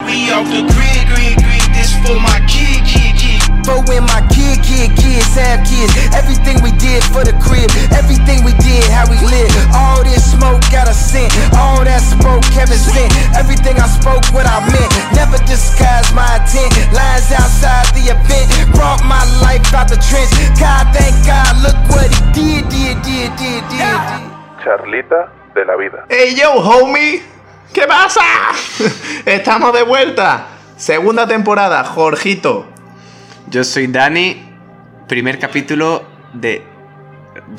money off the grid, grid, grid. This for my kid, kid, kid. For when my kid, kid, kids have kids. Everything we did for the crib, everything we did, how we live. All this smoke got a scent, all that smoke Kevin sent. Everything I spoke, what I meant. Never disguise my intent. Lies outside the event, brought my life out the trench. God, thank God, look what he did, did, did, did, did. did. Charlita de la vida. ¡Hey yo, homie! ¿Qué pasa? Estamos de vuelta. Segunda temporada, Jorgito. Yo soy Dani, primer capítulo de.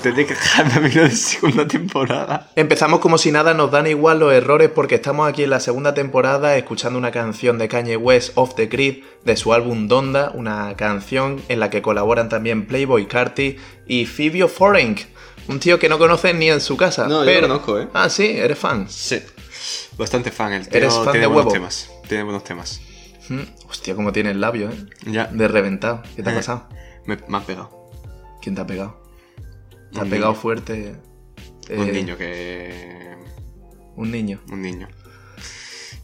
Desde que cambió de segunda temporada. Empezamos como si nada, nos dan igual los errores porque estamos aquí en la segunda temporada escuchando una canción de Kanye West, Off the Grid, de su álbum Donda, una canción en la que colaboran también Playboy Carti y Fibio Foreign, un tío que no conocen ni en su casa. No, yo pero... lo conozco, ¿eh? Ah, sí, eres fan. Sí. Bastante fan el tío. Eres fan tiene de buenos huevo. temas. Tiene buenos temas. Mm, Hostia, cómo tiene el labio, ¿eh? Ya. De reventado. ¿Qué te ha Eh. pasado? Me, me han pegado. ¿Quién te ha pegado? Te ha Un pegado niño. fuerte. eh, Un niño que. Un niño. Un niño.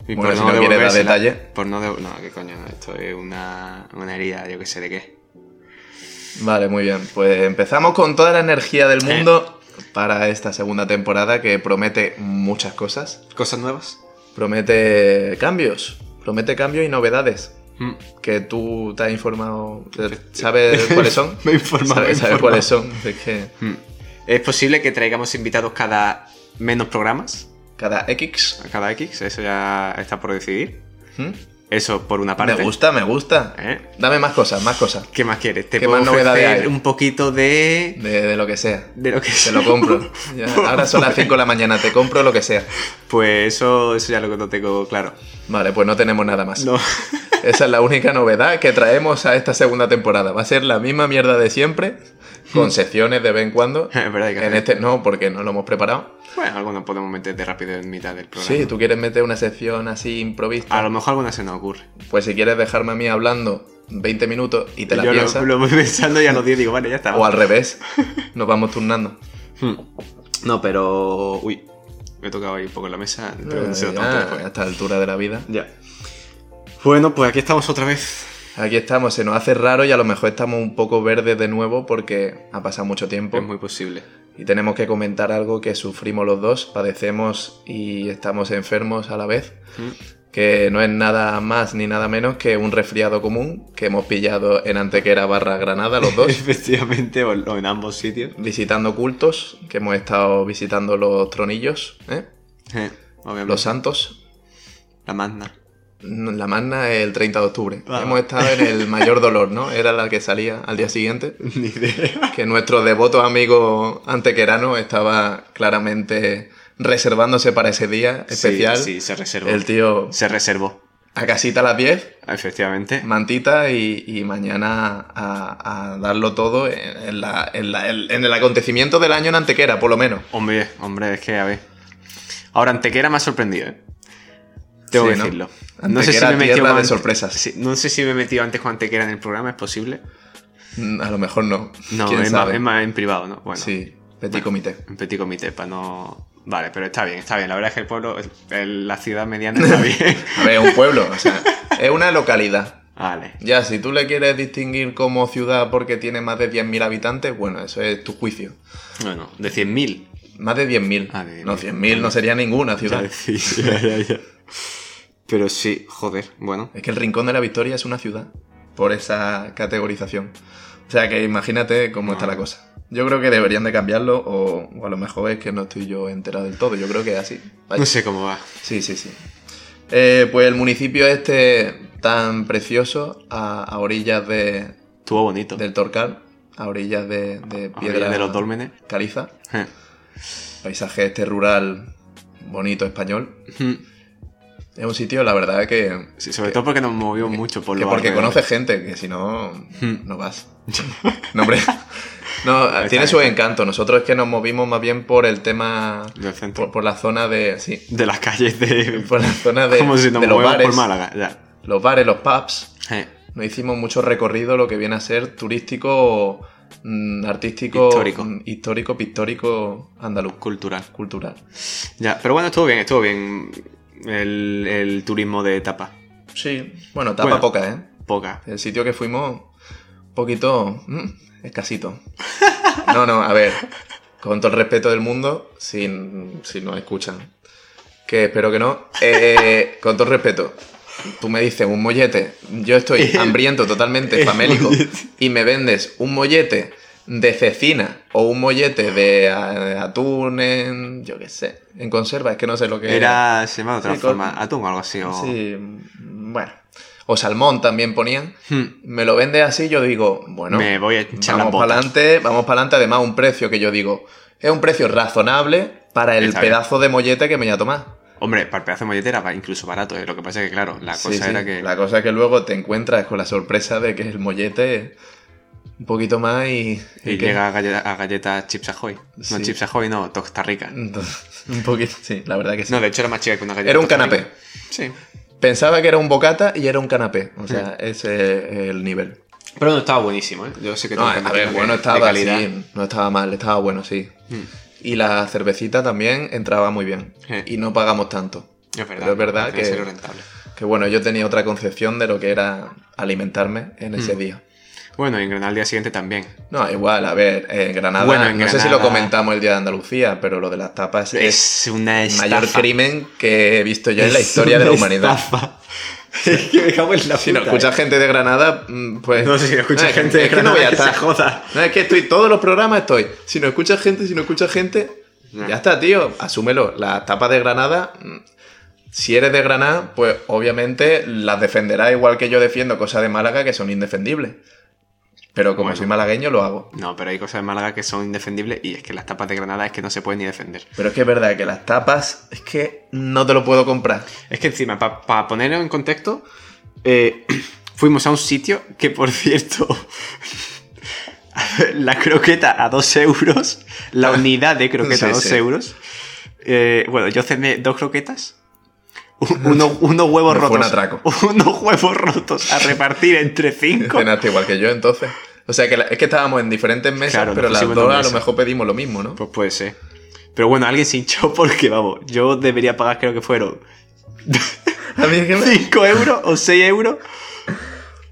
Y Bueno, si no quieres dar devolvérsela- detalle. Por no de- No, qué coño, no, esto es una, una herida, yo que sé de qué. Vale, muy bien. Pues empezamos con toda la energía del Eh. mundo para esta segunda temporada que promete muchas cosas. Cosas nuevas. Promete cambios. Promete cambios y novedades. Mm. Que tú te has informado. eh, ¿Sabes cuáles son? Me he informado, me he ¿Sabes, sabes informado. cuáles son? Es que Mm. Es posible que traigamos invitados cada menos programas, cada X. cada X, eso ya está por decidir. ¿Mm? Eso por una parte. Me gusta, me gusta. ¿Eh? Dame más cosas, más cosas. ¿Qué más quieres? Te ¿Qué puedo más novedades ofrecer hay? un poquito de... De, de lo que sea. de lo que Te lo compro. Ya, ahora son las 5 de la mañana, te compro lo que sea. Pues eso, eso ya lo que no tengo claro. Vale, pues no tenemos nada más. No. Esa es la única novedad que traemos a esta segunda temporada. Va a ser la misma mierda de siempre, con secciones de vez en cuando. Es verdad que- En este no, porque no lo hemos preparado. Bueno, algunos podemos meter de rápido en mitad del programa. Sí, tú quieres meter una sección así improvista. A lo mejor alguna se nos ocurre. Pues si quieres dejarme a mí hablando 20 minutos y te la Yo lo- piensas, lo, voy pensando y a los 10 digo, vale, ya está. o al revés, nos vamos turnando. Hmm. No, pero... Uy, me he tocado ahí un poco en la mesa. pero se lo tomo Ah, Ya, después. a esta altura de la vida. Ya. Bueno, pues aquí estamos otra vez. Aquí estamos, se nos hace raro y a lo mejor estamos un poco verdes de nuevo porque ha pasado mucho tiempo. Es muy posible. Y tenemos que comentar algo que sufrimos los dos, padecemos y estamos enfermos a la vez, Mm. que no es nada más ni nada menos que un resfriado común que hemos pillado en Antequera barra Granada los dos, Efectivamente, o, o en ambos sitios. visitando cultos, que hemos estado visitando los tronillos, ¿eh? Eh, obviamente. los santos. La magna. La magna es el 30 de octubre. Ah. Hemos estado en el mayor dolor, ¿no? Era la que salía al día siguiente. Ni idea. que nuestro devoto amigo antequerano estaba claramente reservándose para ese día especial. Sí, sí, se reservó. El tío Se reservó. a casita a las 10, Efectivamente. mantita y, y mañana a, a darlo todo en, en la- en la- en- en el acontecimiento del año en Antequera, por lo menos. Hombre, hombre, es que a ver. Ahora, Antequera me ha sorprendido, ¿eh? Tengo Sí, que ¿no? decirlo. Antequera, tierra de ante- sorpresas. Sí, no sé si me he metido antes con Antequera en el programa, ¿es posible? Mm, A lo mejor no. No, ¿Quién es más, sabe? es más en privado, ¿no? Bueno, Sí, petit Bueno. comité. un petit comité para no. Vale, pero está bien, está bien. La verdad es que el pueblo, el- la ciudad mediana está bien. A ver, es un pueblo, o sea, es una localidad. Vale. Ya, si tú le quieres distinguir como ciudad porque tiene más de 10.000 habitantes, bueno, eso es tu juicio. Bueno, de 100.000. Más de 10.000. Ah, de no, 10.000. 100.000 no sería ninguna Ya ciudad. decís, ya, ya, ya. Pero sí, joder, bueno. Es que el Rincón de la Victoria es una ciudad por esa categorización. O sea que imagínate cómo está la cosa. Yo creo que deberían de cambiarlo o, o a lo mejor es que no estoy yo enterado del todo. Yo creo que es así. Vaya. No sé cómo va. Sí, sí, sí. Eh, pues el municipio este tan precioso a, a orillas de, Estuvo bonito. del Torcal, a orillas de, de piedra A orillas de los dólmenes. caliza, Eh. paisaje este rural bonito español. Mm. Es un sitio, la verdad, que Sí, sobre todo porque nos movió mucho por Que los porque alrededores. conoces gente, que si no, Hmm. no vas. No, hombre. No, tiene su está. encanto. Nosotros es que nos movimos más bien por el tema. Del centro. Por, por la zona de. Sí. De las calles de. Por la zona de, como si nos de los moviéramos bares. por Málaga. Ya. Los bares, los pubs. Eh. Nos hicimos mucho recorrido, lo que viene a ser turístico, mm, artístico, Histórico. mm, histórico, pictórico, andaluz, Cultural. cultural. Ya. Pero bueno, estuvo bien, estuvo bien. El, el turismo de etapa. Sí, bueno, tapa Bueno. poca, ¿eh? Poca. El sitio que fuimos, un poquito mm, escasito. No, no, a ver, con todo el respeto del mundo, si, si nos escuchan, que espero que no, eh, con todo el respeto, tú me dices un mollete, yo estoy hambriento totalmente, el famélico, mollete. y me vendes un mollete de cecina o un mollete de, a- atún en, yo qué sé, en conserva, es que no sé lo que Era, se llamaba de otra Eh, Sí, forma, con- atún o algo así. O... Sí, mm, bueno. O salmón también ponían. Hmm. Me lo vende así, yo digo, bueno, Me voy a echar las vamos botas. para adelante, vamos para adelante, además un precio que yo digo, es un precio razonable para el Está bien. pedazo de mollete que me voy a tomar. Hombre, para el pedazo de mollete era ba- incluso barato, eh, lo que pasa es que, claro, la Sí, cosa sí. era que... La cosa es que luego te encuentras con la sorpresa de que el mollete es un poquito más y... Y y que- llega a, galle- a galletas Chips Ahoy. No, Sí. Chips Ahoy, no, Tosta Rica. un poquito, sí, la verdad que sí. No, de hecho era más chica que una galleta. Era un Tosta canapé. Rica. Sí. Pensaba que era un bocata y era un canapé, o sea, ese es el nivel. Pero no estaba buenísimo, ¿eh? Yo sé que No, tengo a entendido ver, que bueno de estaba, calidad. sí, no estaba mal, estaba bueno, sí. Mm, Y la cervecita también entraba muy bien. Eh. Y no pagamos tanto. Es verdad. Pero es verdad al final que- salió rentable. Que bueno, yo tenía otra concepción de lo que era alimentarme en ese Mm. día. Bueno, y en Granada al día siguiente también. No, igual, a ver, en Granada, Bueno, en no sé si lo Granada- comentamos el día de Andalucía, pero lo de las tapas es, Es una el estafa. mayor crimen que he visto yo en la Es historia de la una humanidad. estafa. es que me cago en la Si no puta, escucha eh. gente de Granada, mm, pues... No sé si lo escucha no, es que- gente de es que no Granada voy a que se estar. joda. No, es que estoy, todos los programas estoy. Si no escucha gente, si no escucha gente, No. ya está, tío. Asúmelo. Las tapas de Granada, mm, si eres de Granada, pues obviamente las defenderás igual que yo defiendo cosas de Málaga que son indefendibles. Pero como Bueno. soy malagueño, lo hago. No, pero hay cosas de Málaga que son indefendibles y es que las tapas de Granada es que no se pueden ni defender. Pero es que es verdad que las tapas, es que no te lo puedo comprar. Es que encima, para ponerlo en contexto, eh, fuimos a un sitio que, por cierto, la croqueta a 2 euros, la unidad de croqueta a Ah, Sí, 2 sí. euros. eh, bueno, yo cené dos croquetas, u- uno- unos huevos No fue rotos. un atraco. Unos huevos rotos a repartir entre cinco. Cenaste "Ah, igual que yo entonces. O sea que la- es que estábamos en diferentes mesas, Claro, nos pero las pusimos en dos dos a lo mesas. mejor pedimos lo mismo, ¿no? Pues puede ser. Pero bueno, alguien se hinchó porque, vamos, yo debería pagar, creo que fueron A mí es que me- 5 euros o 6 euros.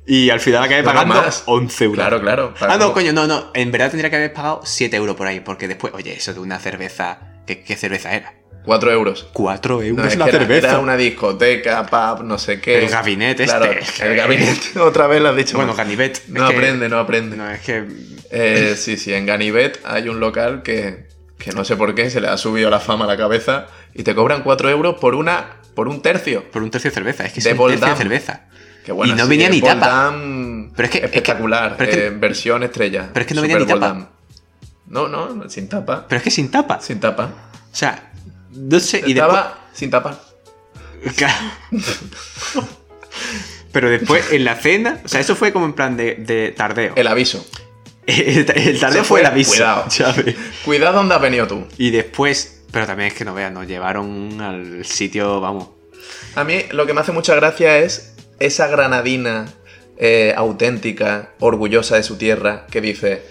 Y al final acabé Paga pagando más. 11 euros. Claro, claro. Ah, no, Pagamos- coño, no, no. En verdad tendría que haber pagado 7 euros por ahí. Porque después, oye, eso de una cerveza. ¿Qué, qué cerveza era? Cuatro euros. 4 euros No, es la que era- cerveza. Era una discoteca, pub, no sé qué. El gabinete Claro, este, es que- El gabinete, otra vez lo has dicho. Bueno, mal. Ganivet. es No que- aprende, no aprende. No, es que. Eh, sí, sí, en Ganivet hay un local que, que no sé por qué se le ha subido la fama a la cabeza y te cobran 4 euros por una por un tercio. Por un tercio de cerveza. Es que es De un tercio de Boldam. cerveza. Que bueno, Y no sí, venía eh, ni Paul tapa. Dam, Pero es que- es que- espectacular, pero es que- eh, versión estrella. pero es que no venía ni Super Paul tapa. Dam. No, no, sin tapa. Pero es que sin tapa. Sin tapa. O sea, no sé. Y después- Estaba sin tapa. Claro. Pero después, en la cena, o sea, eso fue como en plan de, de tardeo. El, El aviso. el tardeo Eso fue fue- el aviso. cuidado. ¿sabes? Cuidado dónde has venido tú. Y después, pero también es que no veas, nos llevaron al sitio, vamos. A mí lo que me hace mucha gracia es esa granadina eh, auténtica, orgullosa de su tierra, que dice,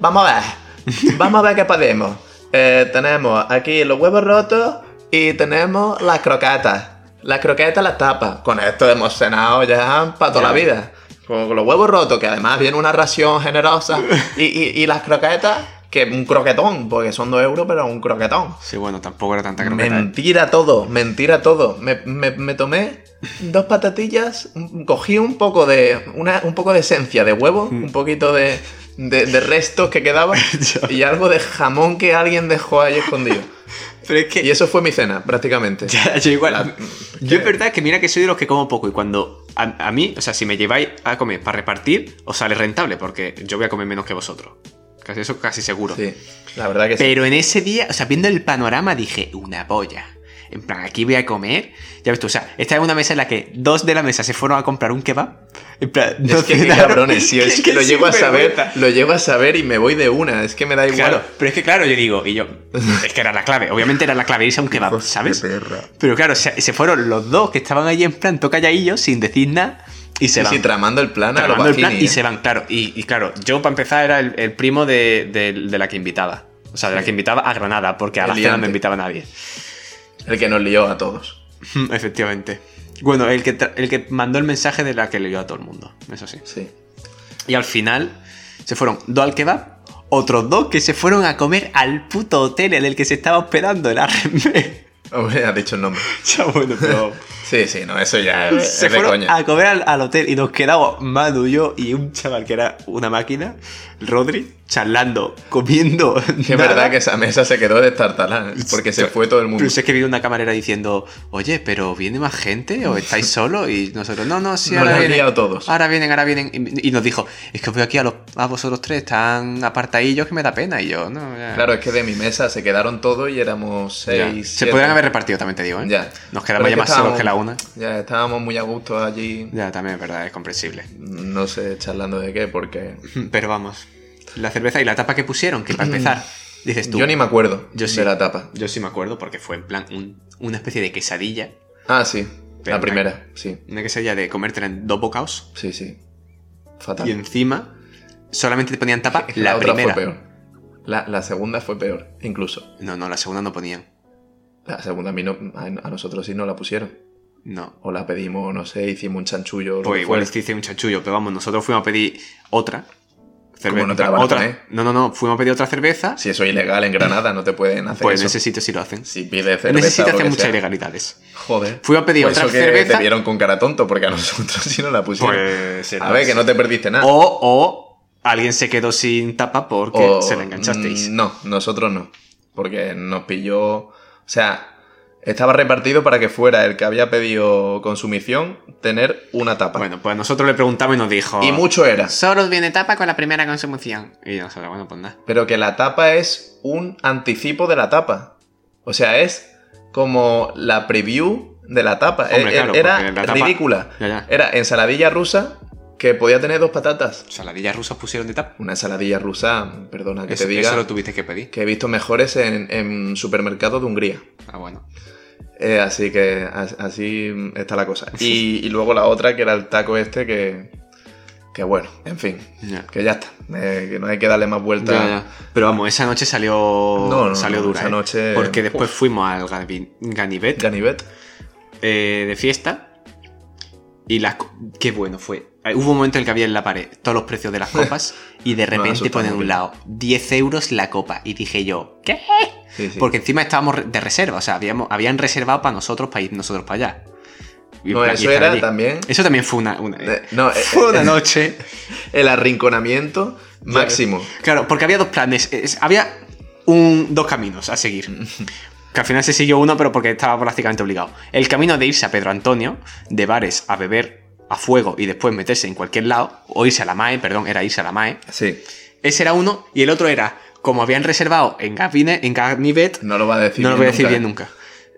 vamos a ver, vamos a ver qué podemos. Eh, tenemos aquí los huevos rotos y tenemos las croquetas. Las croquetas las tapas. Con esto hemos cenado ya para toda la Ya. vida. Con los huevos rotos, que además viene una ración generosa. Y, y- y las croquetas, que un croquetón, porque son dos euros, pero un croquetón. Sí, bueno, tampoco era tanta croqueta. ¿eh? Mentira todo, mentira todo. Me, me- me tomé dos patatillas, un- cogí un poco de una, un poco de esencia de huevo, Mm. un poquito de, de- de restos que quedaban y algo de jamón que alguien dejó ahí escondido. Pero es que. Y eso fue mi cena, prácticamente. Ya, yo igual. La- yo es verdad que mira que soy de los que como poco y cuando a, a mí, o sea, si me lleváis a comer para repartir, os sale rentable porque yo voy a comer menos que vosotros. Casi eso casi seguro. Sí, la verdad que sí. Pero en ese día, o sea, viendo el panorama dije, una polla. En plan, aquí voy a comer. Ya ves tú, o sea, esta es una mesa en la que dos de la mesa se fueron a comprar un kebab. En plan, no Es que qué cenaron. cabrones, tío, es que lo llego a saber, lo llego a saber y me voy de una, es que me da igual. Claro, pero es que claro, yo digo, y yo, es que era la clave, obviamente era la clave irse a un kebab, Hijos de ¿sabes? perra. Pero claro, se, se fueron los dos que estaban allí en plan, toca ya ellos sin decir nada y se Sí, van. sí, tramando el plan a lo Tramando el plan Bajini, y ¿eh? se van, claro. Y, y claro, yo para empezar era el, el primo de, de- de la que invitaba. O sea, de la que invitaba a Granada, porque a El la cena no liante. invitaba a nadie. El que nos lió a todos. Efectivamente. Bueno, el que, tra- el que mandó el mensaje de la que le dio a todo el mundo, eso sí. Sí. Y al final se fueron dos al kebab, otros dos que se fueron a comer al puto hotel en el que se estaba hospedando el RMB. Hombre, ha dicho el nombre. ya bueno, pero... Sí, sí, no, eso ya es, se es Eh, de fueron coña. a comer al, al hotel y nos quedamos Manu, yo y un chaval que era una máquina, Rodri, charlando, comiendo. Que es verdad que esa mesa se quedó destartalada, porque se fue todo el mundo. Pero si es que vino una camarera diciendo, oye, pero viene más gente o estáis solos y nosotros, no, no, Nos sí, la ahora han vienen, liado todos. ahora vienen, ahora vienen. Y, y nos dijo, es que os veo aquí a, los, a vosotros tres tan apartadillos que me da pena y yo, no, ya". Claro, es que de mi mesa se quedaron todos y éramos Ya. seis. Se siete. podrían haber repartido, también te digo, ¿eh? Ya. Nos Pero quedamos es ya que más solos estábamos- que la una. Ya, estábamos muy a gusto allí, Ya, también es verdad, es comprensible. no sé, charlando de qué, porque Pero vamos, la cerveza y la tapa que pusieron, que para empezar, dices tú. yo ni me acuerdo Yo sí. de la tapa. Yo sí me acuerdo porque fue en plan un- una especie de quesadilla. Ah, sí, Pero la primera, sí, Una quesadilla de comértela en dos bocaos. sí, sí. Fatal. Y encima solamente te ponían tapa la, la, otra primera. fue peor. La, la segunda fue peor, incluso. No, no, la segunda no ponían. La segunda a, mí no- a, a nosotros sí no la pusieron. No. O la pedimos, no sé, hicimos un chanchullo. o lo Pues que igual fuera. te hice un chachullo, pero vamos, nosotros fuimos a pedir otra. Cerveza. no te la van a otra. poner? No, no, no, fuimos a pedir otra cerveza. Si eso es ilegal en Granada, no te pueden hacer pues en eso. ese sitio sí lo hacen. Si pides cerveza. En ese o sitio lo hacen que muchas sea. ilegalidades. Joder. Fui a pedir Pues otra eso que cerveza. Te vieron con cara tonto porque a nosotros sí no la pusieron. Pues. a ver, que no te perdiste nada. O, o alguien se quedó sin tapa porque O- se la enganchasteis. mm, No, nosotros no. Porque nos pilló. O sea, estaba repartido para que fuera el que había pedido consumición tener una tapa. Bueno, pues nosotros le preguntamos y nos dijo. Y mucho era. Solo viene tapa con la primera consumición. Y nosotros, bueno, pues nada. Pero que la tapa es un anticipo de la tapa. O sea, es como la preview de la tapa. Hombre, E- claro, era porque la tapa- ridícula. Ya, ya. Era ensaladilla rusa que podía tener dos patatas. Saladillas rusas pusieron de tapa. Una ensaladilla rusa, perdona que Eso, te diga, eso lo tuviste que pedir. que he visto mejores en, en supermercados de Hungría. Ah, bueno. Eh, así que as- así está la cosa. Y, y luego la otra, que era el taco este, que, que bueno, en fin, Ya. que ya está. Eh, que no hay que darle más vueltas. Ya, ya. Pero vamos, esa noche salió, no, salió no, dura. esa ¿eh? noche- Porque después fuimos al Gavi- Ganivet Ganivet. eh, de fiesta. Y las. co- Qué bueno fue. Eh, Hubo un momento en el que había en la pared todos los precios de las copas. y de repente asusta ponen muy un bien. lado 10 euros la copa. Y dije yo, ¿qué? Sí, sí. Porque encima estábamos re- de reserva, o sea, habíamos, habían reservado para nosotros, para ir nosotros para allá. Y No, para- y eso estar era allí. también Eso también fue una, una- Eh, no, eh, fue una eh, noche. el arrinconamiento máximo. Claro, porque había dos planes. es- había un, dos caminos a seguir. Que al final se siguió uno, pero porque estaba prácticamente obligado. El camino de irse a Pedro Antonio, de bares a beber a fuego y después meterse en cualquier lado, o irse a la MAE, perdón, era irse a la MAE. Sí, Ese era uno, y el otro era, como habían reservado en Gabine, en Ganivet, no lo va a decir. no lo voy a decir nunca. ¿eh? bien nunca.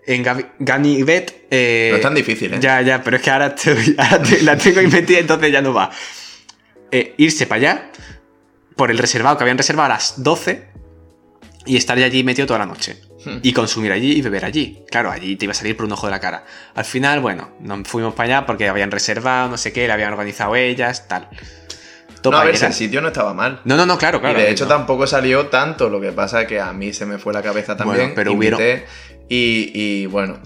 En Gavi- Ganivet. eh, No es tan difícil, ¿eh? Ya, ya, pero es que ahora, te- ahora te- la tengo invertida, entonces ya no va. Eh, irse para allá, por el reservado que habían reservado a las 12, y estar ya allí metido toda la noche. Hmm. Y consumir allí y beber allí. Claro, allí te iba a salir por un ojo de la cara. Al final, bueno, nos fuimos para allá porque habían reservado, no sé qué, la habían organizado ellas, tal. No, a ver, si Topallera. el sitio no estaba mal. no, no, no, claro, claro. y de que hecho no. tampoco salió tanto. Lo que pasa que a mí se me fue la cabeza también. Bueno, pero invité, hubieron- Y, y bueno,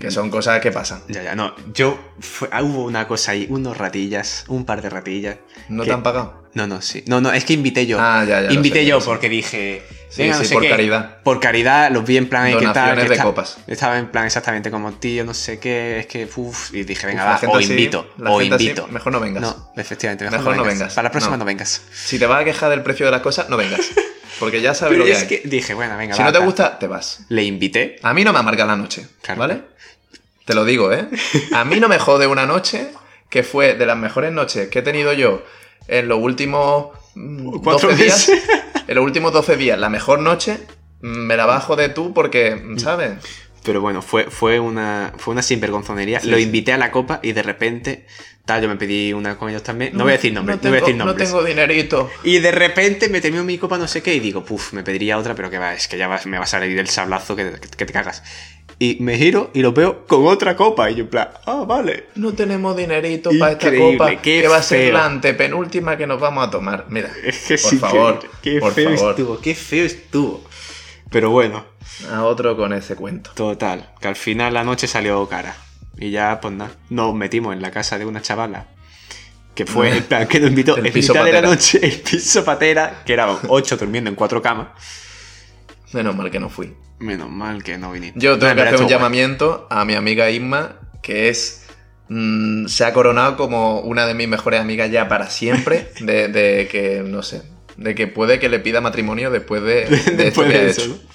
que son cosas que pasan. Ya, ya, no. Yo. fue- ah, hubo una cosa ahí, unos ratillas, un par de ratillas. No que- te han pagado. No, no, sí. No, no, es que invité yo. Ah, ya, ya, lo invité sé, ya yo lo sé. porque dije. Sí, venga, no sí, sé por qué. caridad. Por caridad, los vi en plan. eh, ¿qué tal? Donaciones ¿Qué de tal? copas. Estaba en plan exactamente como tío, no sé qué. Es que. Uf, y dije, venga, Uf, la va, gente o así- invito. la O gente así, invito. mejor no vengas. No, efectivamente, mejor, Mejor no, no vengas. vengas, Para la próxima no. no, vengas. Si te vas a quejar del precio de las cosas, no vengas. Porque ya sabes Pero lo que es hay. que dije, bueno, venga, si va, no te tal. gusta, te vas. Le invité. A mí no me amarga la noche, Claro. ¿vale? Te lo digo, ¿eh? A mí no me jode una noche que fue de las mejores noches que he tenido yo en los últimos mm, Cuatro 12 días. meses. En los últimos 12 días, la mejor noche mm, me la bajo de tú porque, mm, ¿sabes? Pero bueno, fue, fue, una, fue una sinvergonzonería. Sí, Lo sí. invité a la copa y de repente, tal, yo me pedí una con ellos también. No, No, voy a decir nombres, no, tengo, voy a decir nombres. No tengo dinerito. Y de repente me termino mi copa no sé qué y digo, puff, me pediría otra, pero que va, es que ya vas- me vas a salir el sablazo que, que te cagas. Y me giro y lo veo con otra copa y yo en plan, ah, vale. No tenemos dinerito para esta Increíble, copa qué que va a ser feo. la antepenúltima que nos vamos a tomar. Mira, Es que por sí, favor, qué por feo favor, estuvo, qué feo estuvo. Pero bueno, a otro con ese cuento. total, que al final la noche salió cara. Y ya, pues nada, nos metimos en la casa de una chavala que fue el plan que nos invitó El en piso mitad de la patera. noche, el piso patera, que éramos ocho durmiendo en cuatro camas. Menos mal que no fui. Menos mal que no viniste. Yo tengo Nah, que pero hacer un estuvo guay. llamamiento a mi amiga Isma, que es. mm, se ha coronado como una de mis mejores amigas ya para siempre. De, de que, no sé. De que puede que le pida matrimonio después de, de esto Después que de ha eso, hecho. ¿no?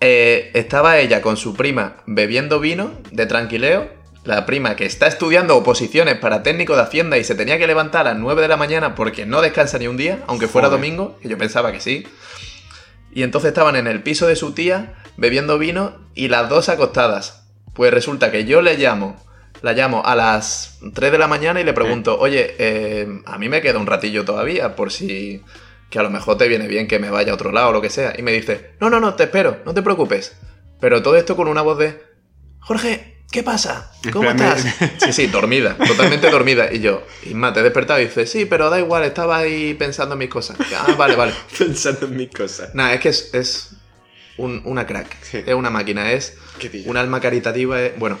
Eh, estaba ella con su prima bebiendo vino de tranquileo. La prima que está estudiando oposiciones para técnico de Hacienda y se tenía que levantar a las 9 de la mañana porque no descansa ni un día, aunque fuera Joder. domingo, que yo pensaba que sí. Y entonces estaban en el piso de su tía bebiendo vino y las dos acostadas. Pues resulta que yo le llamo, la llamo a las 3 de la mañana y le pregunto, oye, eh, a mí me queda un ratillo todavía por si que a lo mejor te viene bien que me vaya a otro lado o lo que sea. Y me dice, no, no, no, te espero, no te preocupes. Pero todo esto con una voz de, Jorge, ¿qué pasa? ¿Cómo Espérame. estás? Sí, sí, dormida, totalmente dormida. Y yo, Isma, te he despertado y dice, sí, pero da igual, estaba ahí pensando en mis cosas. Ah, vale, vale. Pensando en mis cosas. Nada, es que es, es un- una crack. Sí. Es una máquina, es Qué tío. un alma caritativa. es- bueno,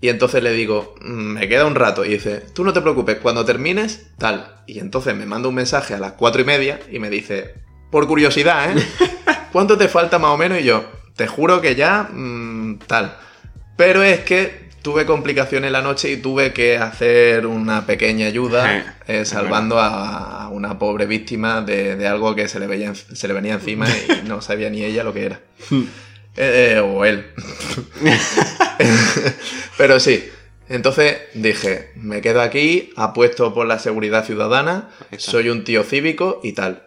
y entonces le digo, "Mm, me queda un rato. Y dice, tú no te preocupes, cuando termines, tal. Y entonces me manda un mensaje a las cuatro y media y me dice, por curiosidad, ¿eh? ¿Cuánto te falta más o menos? Y yo, te juro que ya, mm, tal. Pero es que tuve complicaciones la noche y tuve que hacer una pequeña Eh, ayuda eh, es salvando a, a una pobre víctima de, de algo que se le, veía, en- se le venía encima y no sabía ni ella lo que era. Eh, eh, o él. Pero sí. Entonces dije, me quedo aquí, apuesto por la seguridad ciudadana, está. soy un tío cívico y tal.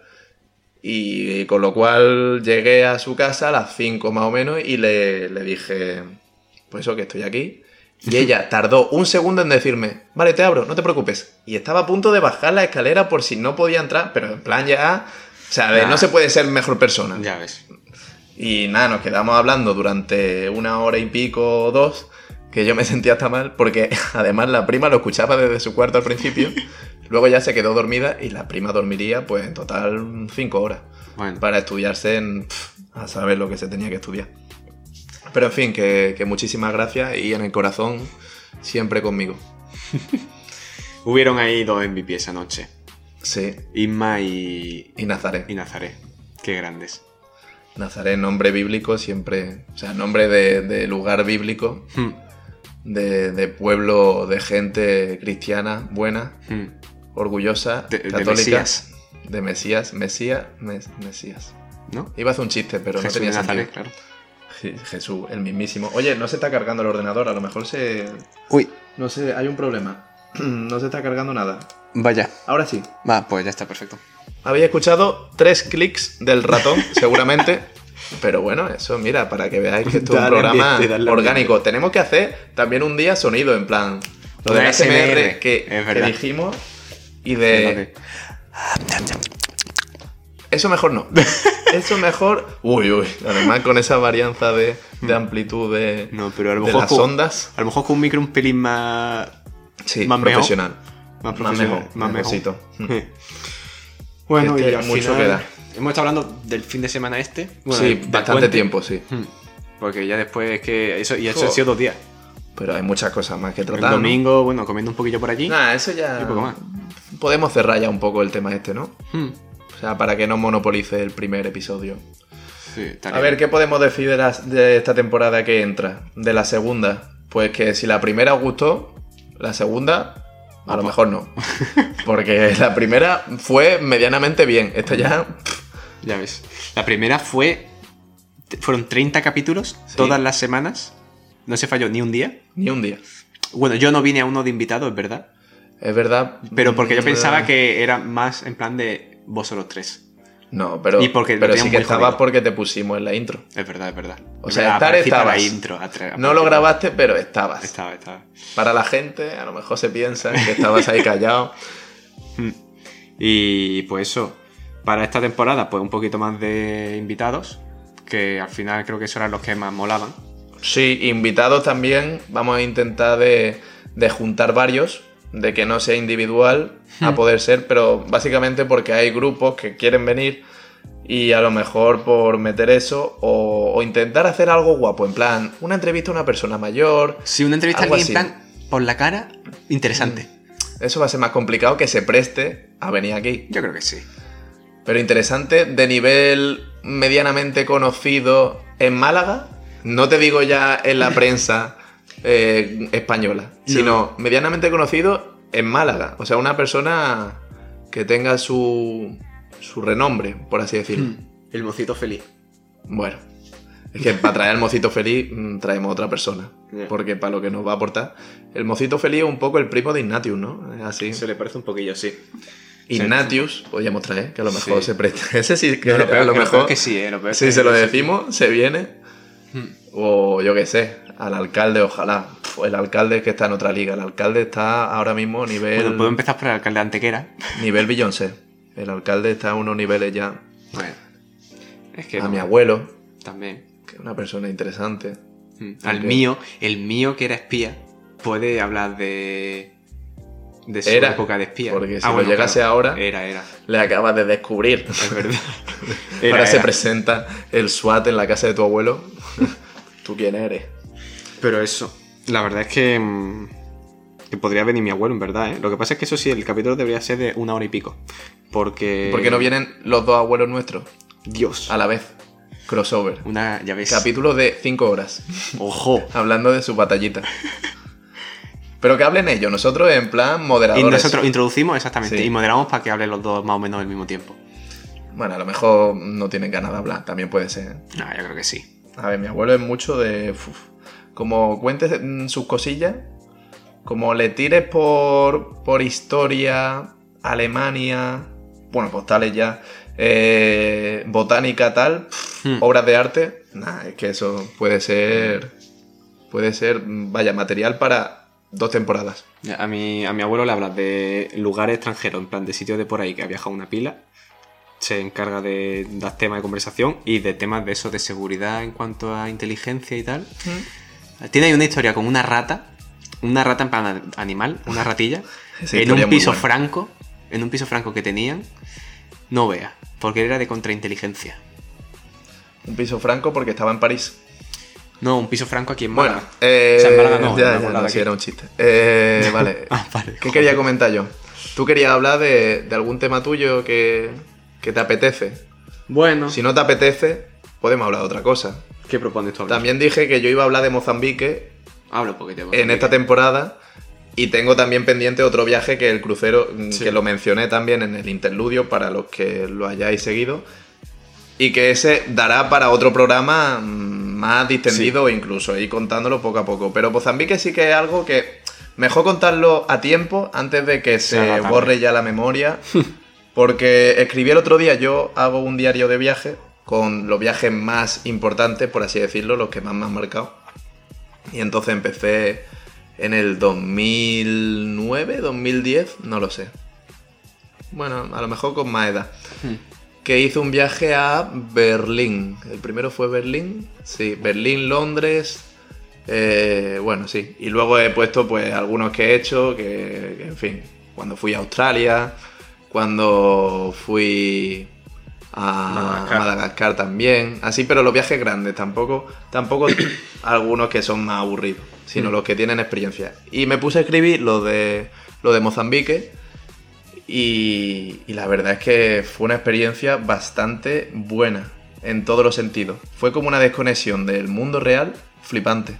Y con lo cual llegué a su casa a las 5 más o menos y le, le dije, pues eso que estoy aquí. Y ella tardó un segundo en decirme, vale, te abro, no te preocupes. Y estaba a punto de bajar la escalera por si no podía entrar, pero en plan ya... O sea, de Nah. no se puede ser mejor persona. Ya ves. Y nada, nos quedamos hablando durante una hora y pico o dos, que yo me sentía hasta mal, porque además la prima lo escuchaba desde su cuarto al principio, luego ya se quedó dormida y la prima dormiría pues en total cinco horas Bueno, para estudiarse en, pf, a saber lo que se tenía que estudiar. Pero en fin, que, que muchísimas gracias y en el corazón siempre conmigo. hubieron ahí dos MVP esa noche. Sí, Isma y, y Nazaré. y Nazaré. Qué grandes. Nazaré, nombre bíblico siempre, o sea, nombre de- de lugar bíblico, Hmm, de, de pueblo de gente cristiana, buena, hmm. orgullosa, De- de católica. Mesías. De Mesías, Mesías, mes- Mesías. ¿No? Iba a hacer un chiste, pero no Jesús tenía de Nazaret, sentido. claro. Je- Jesús, el mismísimo. Oye, no se está cargando el ordenador, a lo mejor se... Uy, No sé, hay un problema. No se está cargando nada. vaya. Ahora sí. Va, pues ya está perfecto. Habéis escuchado tres clics del ratón, seguramente. Pero bueno, eso, mira, para que veáis que esto es un Dale programa ambiente, dale orgánico. Tenemos que hacer también un día sonido, en plan. Lo de Una ASMR SMR, que, es que verdad. dijimos y Eh, de. Eso mejor no. Eso mejor. Uy, uy. Además, con esa varianza de, de amplitud de, No, pero a lo de mejor las con- ondas. A lo mejor con un micro un pelín más. Sí, más mejor. profesional. Más mejor, profesional. Más mejor. mejorcito. Bueno, Este y al mucho final, queda. Hemos estado hablando del fin de semana este. Bueno, sí, del- del bastante puente. tiempo, sí. Hmm, Porque ya después es que. Eso, y eso Joder. han sido dos días. Pero hay muchas cosas más que El tratar. ¿no? domingo, bueno, comiendo un poquillo por allí. Nah, eso ya. Y poco más. Podemos cerrar ya un poco el tema este, ¿no? Hmm, O sea, para que no monopolice el primer episodio. sí, estaría A ver, bien. ¿qué podemos decir de, las- de esta temporada que entra? De la segunda. Pues que si la primera os gustó, la segunda, a lo Opa. mejor no. Porque la primera fue medianamente bien. Esta ya. Ya ves. La primera fue. te- Fueron 30 capítulos Sí. todas las semanas. No se falló ni un día. Ni un día. Bueno, yo no vine a uno de invitado, es verdad. Es verdad. Pero porque yo Mm, pensaba que era más en plan de vosotros tres. No, pero, Y porque lo pero sí teníamos que muy estabas jodido. porque te pusimos en la intro. Es verdad, es verdad. O Es sea, verdad, estar aparecí para estabas. intro, atra- No lo aparecí- grabaste, pero estabas. Estaba, estaba. Para la gente, a lo mejor se piensa que estabas ahí callado. Y pues eso, para esta temporada, pues un poquito más de invitados, que al final creo que esos eran los que más molaban. Sí, invitados también. Vamos a intentar de, de juntar varios, de que no sea individual a poder ser, pero básicamente porque hay grupos que quieren venir Y a lo mejor por meter eso o, o intentar hacer algo guapo, en plan, una entrevista a una persona mayor. Si una entrevista a algo alguien en así. Mm. plan por la cara, interesante. Eso va a ser más complicado que se preste a venir aquí. Yo creo que sí. Pero interesante, de nivel medianamente conocido en Málaga. No te digo ya en la prensa eh, española, sino medianamente conocido en Málaga. O sea, una persona que tenga su, su renombre, por así decirlo. El mocito feliz. Bueno, es que para traer al mocito feliz mm, traemos a otra persona. Ya. Porque para lo que nos va a aportar. El mocito feliz es un poco el primo de Ignatius, ¿no? Es así. le parece un poquillo así. Ignatius, podríamos traer, que a lo mejor Sí. se presta. Ese sí, que lo peor, a lo que lo mejor. peor que sí, eh, lo peor si que se lo sí. Hmm. decimos, se viene. O yo qué sé, al alcalde, ojalá. Pf, El alcalde es que está en otra liga. El alcalde está ahora mismo a nivel. Bueno, puedo empezar por el alcalde de Antequera. Nivel Beyoncé. El alcalde está a unos niveles ya. Bueno. Es que a no, mi abuelo, también. que es una persona interesante. Mm. Al Ok. mío, el mío que era espía, puede hablar de. de su Era, época de espía. Ah, porque si lo llegase ahora- Era, era. Le acabas de descubrir. Es verdad. ahora se era. presenta el SWAT en la casa de tu abuelo. ¿Tú quién eres? Pero eso, la verdad es que, mm, que podría venir mi abuelo, en verdad, ¿eh? Lo que pasa es que eso sí, el capítulo debería ser de una hora y pico. Porque. ¿Por qué no vienen los dos abuelos nuestros Dios. a la vez? Crossover. Una, ya ves. Capítulo de 5 horas. Ojo. hablando de su batallita. Pero que hablen ellos, nosotros en plan Y moderadores. nosotros introducimos exactamente Sí. y moderamos para que hablen los dos más o menos al mismo tiempo. Bueno, a lo mejor no tienen ganas de hablar, también puede ser. ¿eh? Ah, yo creo que sí. A ver, mi abuelo es mucho de. uf, como cuentes mm, sus cosillas, como le tires por, por historia, Alemania, bueno, postales ya, eh, botánica tal, Hmm. obras de arte, nada, es que eso puede ser. Puede ser, mm, vaya, material para dos temporadas. A mi, a mi abuelo le hablas de lugares extranjeros, en plan de sitios de por ahí que ha viajado una pila. Se encarga de dar temas de conversación y de temas de eso de seguridad en cuanto a inteligencia y tal. Tiene ahí una historia con una rata, una rata en plan animal, una ratilla, Esa en historia un muy piso buena. franco, en un piso franco que tenían. No vea, porque era de contrainteligencia. Un piso franco porque estaba en París. No, un piso franco aquí en Málaga. Bueno, eh, O sea, en Málaga no, ya, en ya, Málaga no, aquí. sí, era un chiste. Eh, vale. Ah, vale, ¿Qué joder. quería comentar yo? Tú querías hablar de, de algún tema tuyo que, que te apetece. Bueno, Si no te apetece, podemos hablar de otra cosa. ¿qué propones tú? Habla? También dije que yo iba a hablar de Mozambique Habla porque te voy a en esta temporada y tengo también pendiente otro viaje que el crucero, mm, Sí. que lo mencioné también en el interludio para los que lo hayáis seguido. Y que ese dará para otro programa mm, más distendido o incluso ir contándolo poco a poco. Pero Mozambique sí que es algo que mejor contarlo a tiempo antes de que se haga tarde. borre ya la memoria. Porque escribí el otro día, yo hago un diario de viaje con los viajes más importantes, por así decirlo, los que más me han marcado. Y entonces empecé en el 2009, 2010, no lo sé. Bueno, a lo mejor con más edad. Que hizo un viaje a Berlín. El primero fue Berlín. Sí, Berlín, Londres. eh, bueno, sí. Y luego he puesto pues algunos que he hecho, que, que, en fin, cuando fui a Australia, cuando fui a Madagascar. Madagascar, también. Así, pero los viajes grandes, tampoco, tampoco algunos que son más aburridos, sino los que tienen experiencia. Y me puse a escribir lo de, lo de Mozambique. Y, y la verdad es que fue una experiencia bastante buena en todos los sentidos. Fue como una desconexión del mundo real flipante.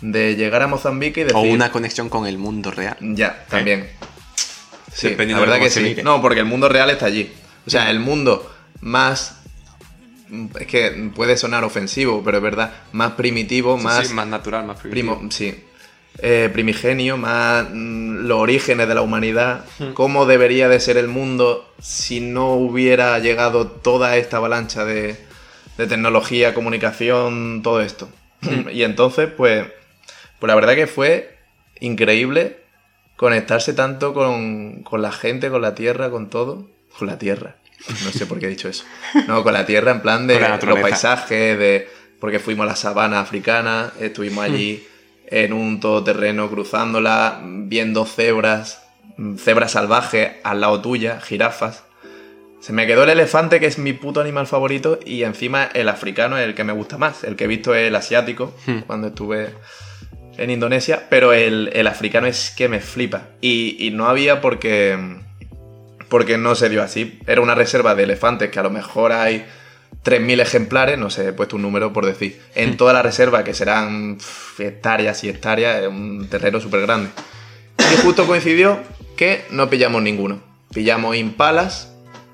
De llegar a Mozambique y Mm. O decir... una conexión con el mundo real. Ya, también. Sí, la Dependiendo de verdad cómo que se sí. mire. No, porque el mundo real está allí. O sea, el mundo más... Es que puede sonar ofensivo, pero es verdad. Más primitivo, más más natural, más primitivo. Primo, sí. Eh, primigenio, más mm, los orígenes de la humanidad, cómo debería de ser el mundo si no hubiera llegado toda esta avalancha de, de tecnología, comunicación, todo esto. y entonces, pues, pues la verdad que fue increíble conectarse tanto con, con la gente, con la tierra, con todo. Con la tierra. No sé por qué he dicho eso. No, con la tierra en plan de Con la los naturaleza. paisajes, de porque fuimos a la sabana africana, estuvimos allí Hmm. en un todoterreno cruzándola, viendo cebras, mm, cebras salvajes al lado tuya, jirafas. Se me quedó el elefante, que es mi puto animal favorito, y encima el africano es el que me gusta más. El que he visto es el asiático, Hmm. cuando estuve en Indonesia, pero el, el africano es que me flipa. Y, y no había porque, porque no se dio así. Era una reserva de elefantes, que a lo mejor hay 3.000 ejemplares, no sé, he puesto un número por decir, en toda la reserva, que serán pf, hectáreas y hectáreas, es un terreno súper grande. Y justo coincidió que no pillamos ninguno. Pillamos impalas,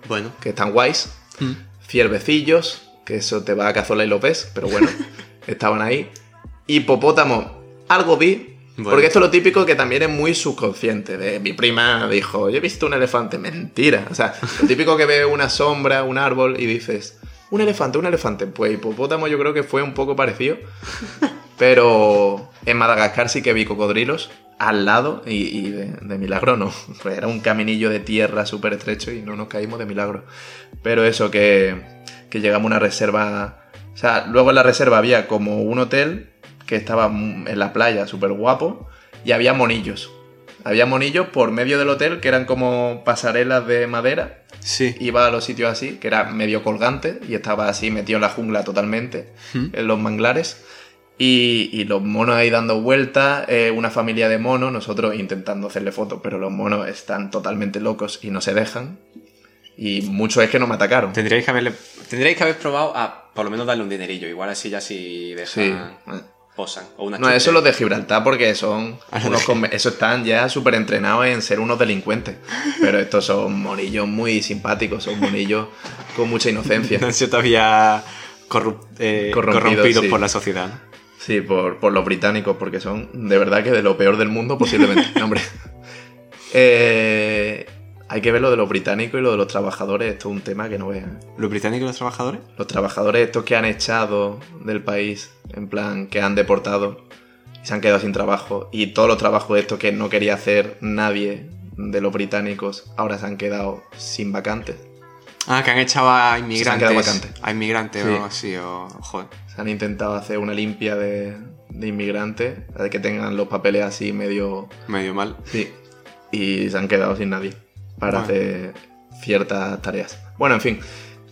Bueno. que están guays. Ciervecillos, que eso te va a cazola y lo ves, pero bueno, estaban ahí. Hipopótamo, algo vi. Bueno. Porque esto es lo típico que también es muy subconsciente. De, mi prima dijo, yo he visto un elefante. Mentira. O sea, lo típico que ve una sombra, un árbol y dices, un elefante, un elefante. Pues hipopótamo yo creo que fue un poco parecido. Pero en Madagascar sí que vi cocodrilos al lado y, y de, de milagro no. Pues era un caminillo de tierra súper estrecho y no nos caímos de milagro. Pero eso, que, que llegamos a una reserva. O sea, luego en la reserva había como un hotel que estaba mu- en la playa súper guapo y había monillos. Había monillos por medio del hotel que eran como pasarelas de madera Sí. iba a los sitios así, que era medio colgante y estaba así metido en la jungla totalmente, ¿Mm? en los manglares. Y, y los monos ahí dando vueltas, eh, una familia de monos, nosotros intentando hacerle fotos, pero los monos están totalmente locos y no se dejan. Y mucho es que no me atacaron. Tendríais que haberle. Tendríais que haber probado a por lo menos darle un dinerillo. Igual así ya si Sí. dejan. Posan. O una No, chuche. eso los de Gibraltar porque son Ah, los unos de- conve- eso están ya súper entrenados en ser unos delincuentes. Pero estos son monillos muy simpáticos, son monillos con mucha inocencia. No han sido todavía corrup- eh, Corrompidos, corrompidos sí. por la sociedad. ¿no? Sí, por, por los británicos, porque son de verdad que de lo peor del mundo posiblemente. No, hombre. Eh, hay que ver lo de los británicos y lo de los trabajadores. Esto es un tema que no vean. ¿Los británicos y los trabajadores? Los trabajadores estos que han echado del país, en plan, que han deportado y se han quedado sin trabajo. Y todos los trabajos estos que no quería hacer nadie de los británicos, ahora se han quedado sin vacantes. Ah, que han echado Se a han quedado inmigrantes. vacantes. a inmigrantes Sí. o algo así, o. Joder. Se han intentado hacer una limpia de, de inmigrantes, de que tengan los papeles así medio Medio mal. Sí. Y se han quedado sin nadie para Bueno. hacer ciertas tareas. Bueno, en fin.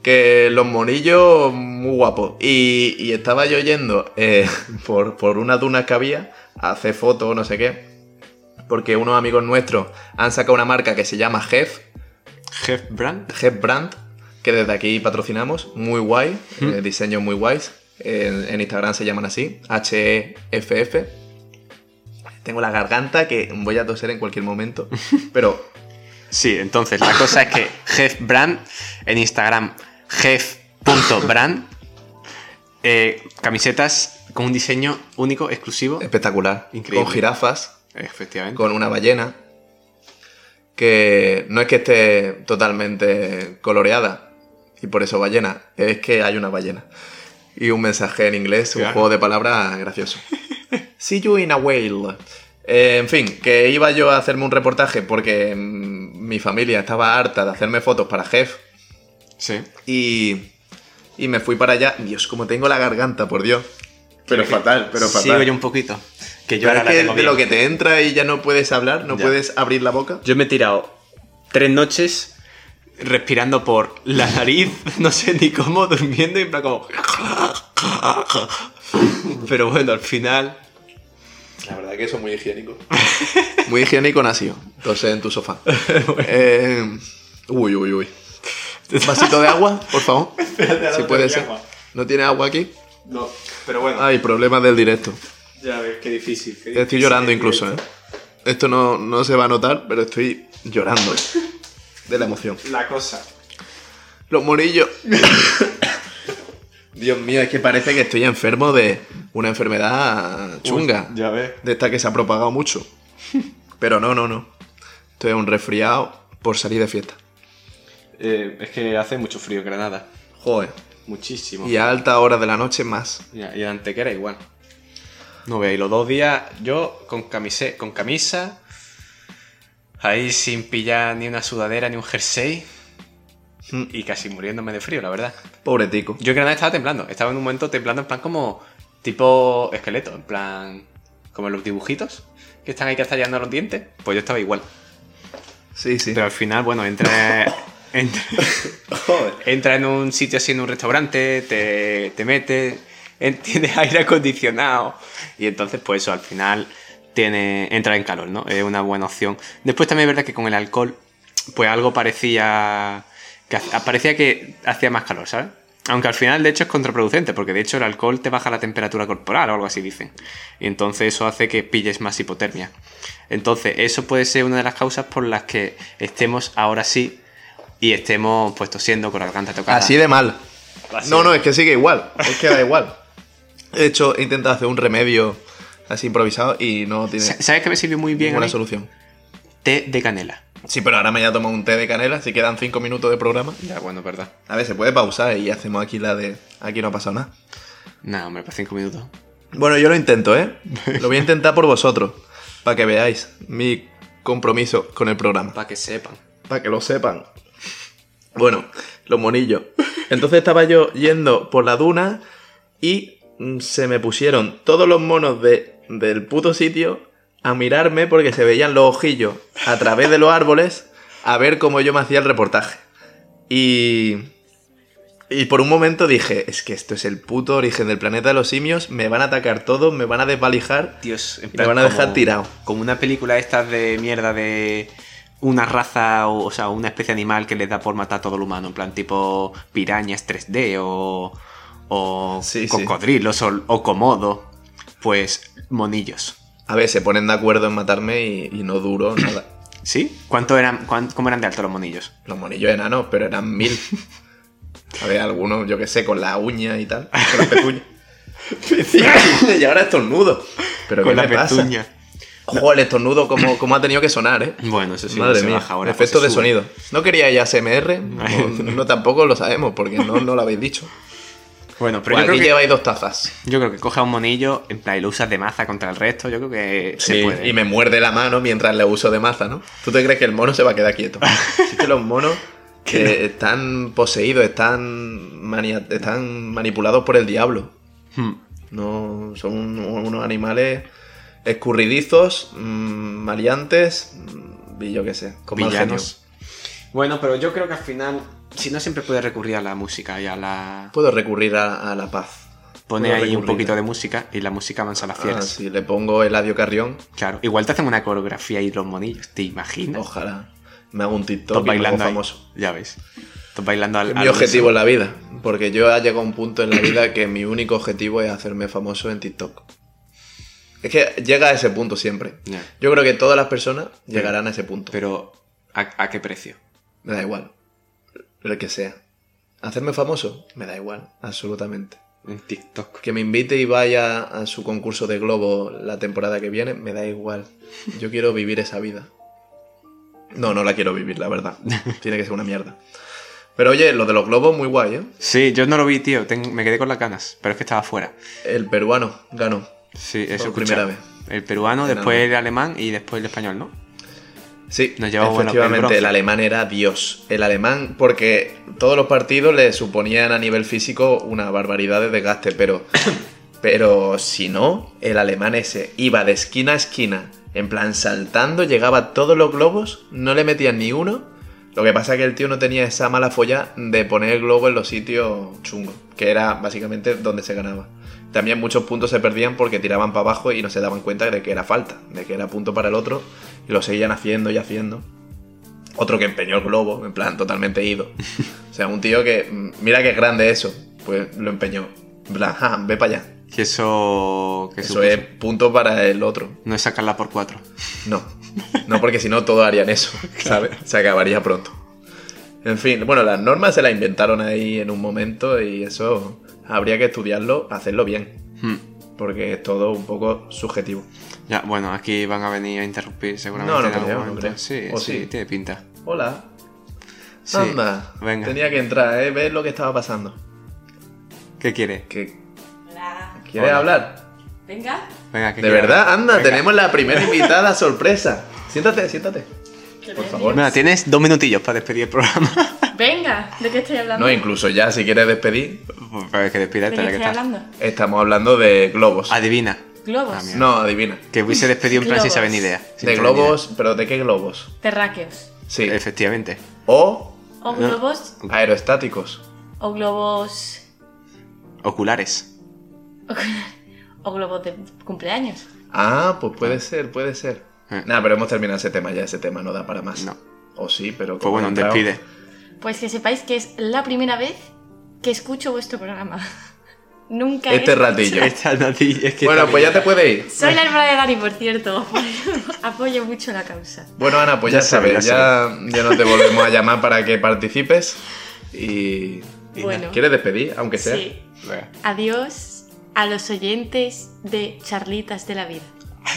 Que los monillos, muy guapos. Y, y estaba yo yendo eh, por, por una duna que había a hacer fotos o no sé qué. Porque unos amigos nuestros han sacado una marca que se llama Jeff, Jeff Brand. Jeff Brand, que desde aquí patrocinamos. Muy guay, eh, diseños muy guays. En, en Instagram se llaman así, H-E-F-F. Tengo la garganta que voy a toser en cualquier momento. Pero Sí, entonces la cosa es que Jeff Brand en Instagram, jeff.brand, eh, camisetas con un diseño único, exclusivo. espectacular. Increíble. Con jirafas, Efectivamente. con una ballena. Que no es que esté totalmente coloreada. Y por eso ballena. Es que hay una ballena. Y un mensaje en inglés, un Claro. juego de palabras gracioso. See you in a whale. Eh, en fin, que iba yo a hacerme un reportaje porque mm, mi familia estaba harta de hacerme fotos para Jeff. Sí. Y, y me fui para allá. Dios, como tengo la garganta, por Dios. Pero fatal, pero fatal. Sigo yo un poquito. Que yo Pero ahora es la que tengo de bien. lo que te entra y ya no puedes hablar, no Ya. puedes abrir la boca. Yo me he tirado tres noches respirando por la nariz, no sé ni cómo, durmiendo y en plan como... Pero bueno, al final... La verdad que eso es muy higiénico. muy higiénico nacido. Entonces en tu sofá. Eh, uy, uy, uy. Un vasito de agua, por favor. si puede ser. ¿No tiene agua aquí? No, pero bueno, Ay, problemas del directo. ya ves, qué difícil. qué difícil Estoy llorando el incluso, ¿eh? directo. Esto no, no se va a notar, pero estoy llorando. ¿eh? De la emoción. La cosa. Los morillos. Dios mío, es que parece que estoy enfermo de una enfermedad chunga. Uy, ya ves. De esta que se ha propagado mucho. Pero no, no, no. Esto es un resfriado por salir de fiesta. Eh, es que hace mucho frío en Granada. Joder. Muchísimo. Y a altas horas de la noche más. Y, a- y a Antequera igual. No veis, los dos días yo con, camise, con camisa, ahí sin pillar ni una sudadera ni un jersey Mm. y casi muriéndome de frío, la verdad. Pobre tico. Yo en Granada estaba temblando, estaba en un momento temblando en plan como tipo esqueleto, en plan como en los dibujitos que están ahí que están los dientes, pues yo estaba igual. Sí, sí. Pero al final, bueno, entré, Entra, entra en un sitio así, en un restaurante, te, te metes, en- tienes aire acondicionado y entonces pues eso al final tiene, entra en calor, ¿no? Es una buena opción. Después también es verdad que con el alcohol pues algo parecía que, ha- parecía que hacía más calor, ¿sabes? Aunque al final de hecho es contraproducente porque de hecho el alcohol te baja la temperatura corporal o algo así dicen. Y entonces eso hace que pilles más hipotermia. Entonces eso puede ser una de las causas por las que estemos ahora sí y estemos pues tosiendo con la garganta tocada. Así de mal. Así No, de- no, es que sigue igual. Es que da igual. De hecho, he intentado hacer un remedio así improvisado y no tiene Sa- ¿Sabes que me sirvió muy bien? a ninguna mí? solución. Té de canela. Sí, pero ahora me voy a tomar un té de canela, si quedan cinco minutos de programa. Ya, bueno, verdad. A ver, se puede pausar y hacemos aquí la de... Aquí no ha pasado nada. Nada, hombre, para cinco minutos. Bueno, yo lo intento, ¿eh? Lo voy a intentar por vosotros, para que veáis mi compromiso con el programa. Para que sepan. Para que lo sepan. Bueno, los monillos. Entonces estaba yo yendo por la duna y mm, se me pusieron todos los monos de, del puto sitio a mirarme porque se veían los ojillos a través de los árboles a ver cómo yo me hacía el reportaje. Y... Y por un momento dije, es que esto es el puto origen del planeta de los simios, me van a atacar todos, me van a desvalijar. Dios, en Y me van a dejar tirado. Como una película estas de mierda de una raza, o, o sea, una especie animal que les da por matar a todo el humano, en plan tipo pirañas 3D o, o Sí, sí. cocodrilos o, o comodo, pues monillos. A ver, se ponen de acuerdo en matarme y, y no duro nada. ¿Sí? ¿Cuánto eran, cuán- ¿Cómo eran de alto los monillos? Los monillos enanos, pero eran mil. A ver, algunos, yo qué sé, con la uña y tal. Con las pezuñas. y ahora estornudo. Pero Con ¿qué la me pasa? pezuña. Ojo, el estornudo, como, como ha tenido que sonar, ¿eh? Bueno, eso sí, Madre se mía, baja ahora. efectos pues se de sube. sonido. No quería ya ASMR, no, no tampoco lo sabemos, porque no, no lo habéis dicho. Bueno, pero Pues yo creo aquí que... lleváis dos tazas. Yo creo que coja un monillo en plan, y lo usas de maza contra el resto. Yo creo que se Sí, puede. Y me muerde la mano mientras le uso de maza, ¿no? ¿Tú te crees que el mono se va a quedar quieto? es que los monos que están poseídos, están, mania- están manipulados por el diablo. Hmm. No, son un- unos animales escurridizos, mm, maleantes mm, y yo qué sé, con mal Villanos. genio. Bueno, pero yo creo que al final, si no siempre puedes recurrir a la música y a la. Puedo recurrir a, a la paz. Pone puedo ahí un recurrir. poquito de música y la música avanza a las Ah, fieras. si le pongo el Eladio Carrión, Claro. Igual te hacen una coreografía y los monillos, ¿te imaginas? ojalá. Me hago un TikTok Estás y me hago ¿Eh? bailando ahí. famoso. Ya ves. Estás bailando al. Es al mi objetivo en la vida, porque yo he llegado a un punto en la vida que mi único objetivo es hacerme famoso en TikTok. Es que llega a ese punto siempre. Ya. Yo creo que todas las personas llegarán a ese punto. Pero, ¿a, a qué precio? Me da igual. Lo que sea. Hacerme famoso, me da igual, absolutamente. En TikTok. Que me invite y vaya a su concurso de globo la temporada que viene, me da igual. Yo quiero vivir esa vida. No, no la quiero vivir, la verdad. Tiene que ser una mierda. Pero oye, lo de los globos, muy guay, ¿eh? Sí, yo no lo vi, tío. Ten- me quedé con las ganas, pero es que estaba fuera. El peruano ganó. Sí, eso Por escuchaba. primera vez. El peruano, Ganando. después el alemán y después el español, ¿no? Sí, Nos llevaba bueno el efectivamente, bronce. el alemán era Dios. El alemán, porque todos los partidos le suponían a nivel físico una barbaridad de desgaste, pero, pero si no, el alemán ese iba de esquina a esquina, en plan saltando, llegaba a todos los globos, no le metían ni uno. Lo que pasa es que el tío no tenía esa mala folla de poner el globo en los sitios chungos, que era básicamente donde se ganaba. También muchos puntos se perdían porque tiraban para abajo y no se daban cuenta de que era falta, de que era punto para el otro, y lo seguían haciendo y haciendo. Otro que empeñó el globo, en plan, totalmente ido. O sea, un tío que, mm, mira que es grande eso, pues lo empeñó. En plan, "Ja, ve para allá. Que eso. Que Eso supuso. es punto para el otro. No es sacarla por cuatro. No, no porque si no todos harían eso, ¿sabes? Se acabaría pronto. En fin, bueno, las normas se las inventaron ahí en un momento y eso habría que estudiarlo, hacerlo bien, Hmm. porque es todo un poco subjetivo. Ya, bueno, aquí van a venir a interrumpir seguramente. No, no en algún creo, no momento. creo. Sí, O sí, sí. tiene pinta. Hola, Sí. anda, Venga. tenía que entrar, ¿eh? ver lo que estaba pasando. ¿Qué quiere? ¿Qué- Hola. ¿Quieres Hola. hablar? Venga, Venga, ¿qué De quiere? verdad, anda, Venga. tenemos la primera invitada sorpresa. Siéntate, siéntate. Por favor. Mira, tienes dos minutillos para despedir el programa. venga, ¿de qué estoy hablando? No, incluso ya, si quieres despedir, Pero es que ¿De despídete, ya qué que estoy estás. hablando? estamos hablando de globos. Adivina. Ah, Globos, mierda. No, adivina. Que hubiese despedido en plan sin Globos. saber ni idea. sin De saber ni globos, pero ¿de qué globos? terráqueos. Sí. idea. Efectivamente. O O globos. Aerostáticos. O globos. Oculares. Pues O globos de cumpleaños. Ah, pues puede ser, puede ser. Eh. Nada, pero hemos terminado ese tema ya, ese tema no da para más. No. O sí, pero... Pues como bueno, ha entrado- despide. Pues que sepáis que es la primera vez que escucho vuestro programa. Nunca. he Este escuchado- ratillo. Esta notilla es que Bueno, está pues ya bien. te puedes ir. Soy la hermana de Dani, por cierto. Apoyo mucho la causa. Bueno, Ana, pues ya, Ya sabes, sabes, ya ya, ya nos te volvemos a llamar para que participes. Y. y Bueno. nada. ¿Quieres despedir? Aunque sea. Sí. Venga. Adiós a los oyentes de Charlitas de la Vida.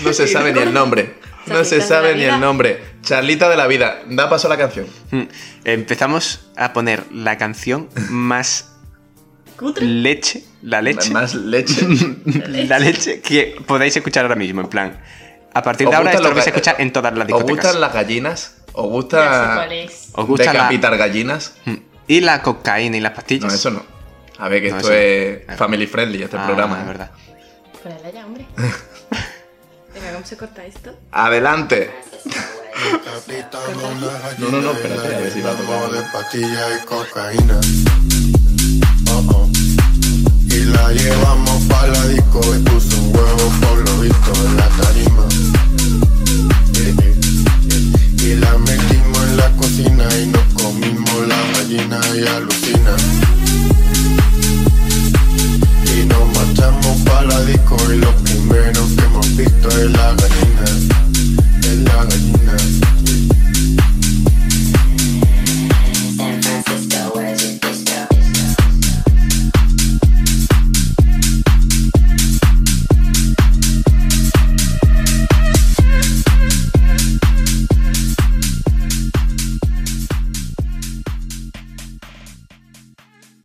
No se sabe ni el nombre. No se Charlita de sabe la ni vida. el nombre. Charlita de la vida. Da paso a la canción. Mm. Empezamos a poner la canción más ¿Cutre? leche, la leche, Más leche. la leche que podáis escuchar ahora mismo, en plan. A partir de ¿Os ahora gustan esto lo los vais a ga- escuchar en todas las ¿Os discotecas. gustan las gallinas? ¿Os Ya sé gusta cuál es. Os gusta la- decapitar gallinas? Mm. Y la cocaína y las No, pastillas. eso no. A ver, que No, esto eso es no. family friendly, este Ah, programa. es ¿eh? verdad. Ponedla ya, hombre. Venga, ¿cómo se corta esto? Adelante. No, no, no, espérate, a ver si va a tocar. de pastillas y cocaína. Oh, oh. Y la llevamos pa' la disco y puso un huevo por lo visto en la tarima. Eh, eh, eh. Y la metimos en la cocina y nos comimos la gallina y alucina. Y nos marchamos pa' la disco y lo primero que hemos visto es la gallina.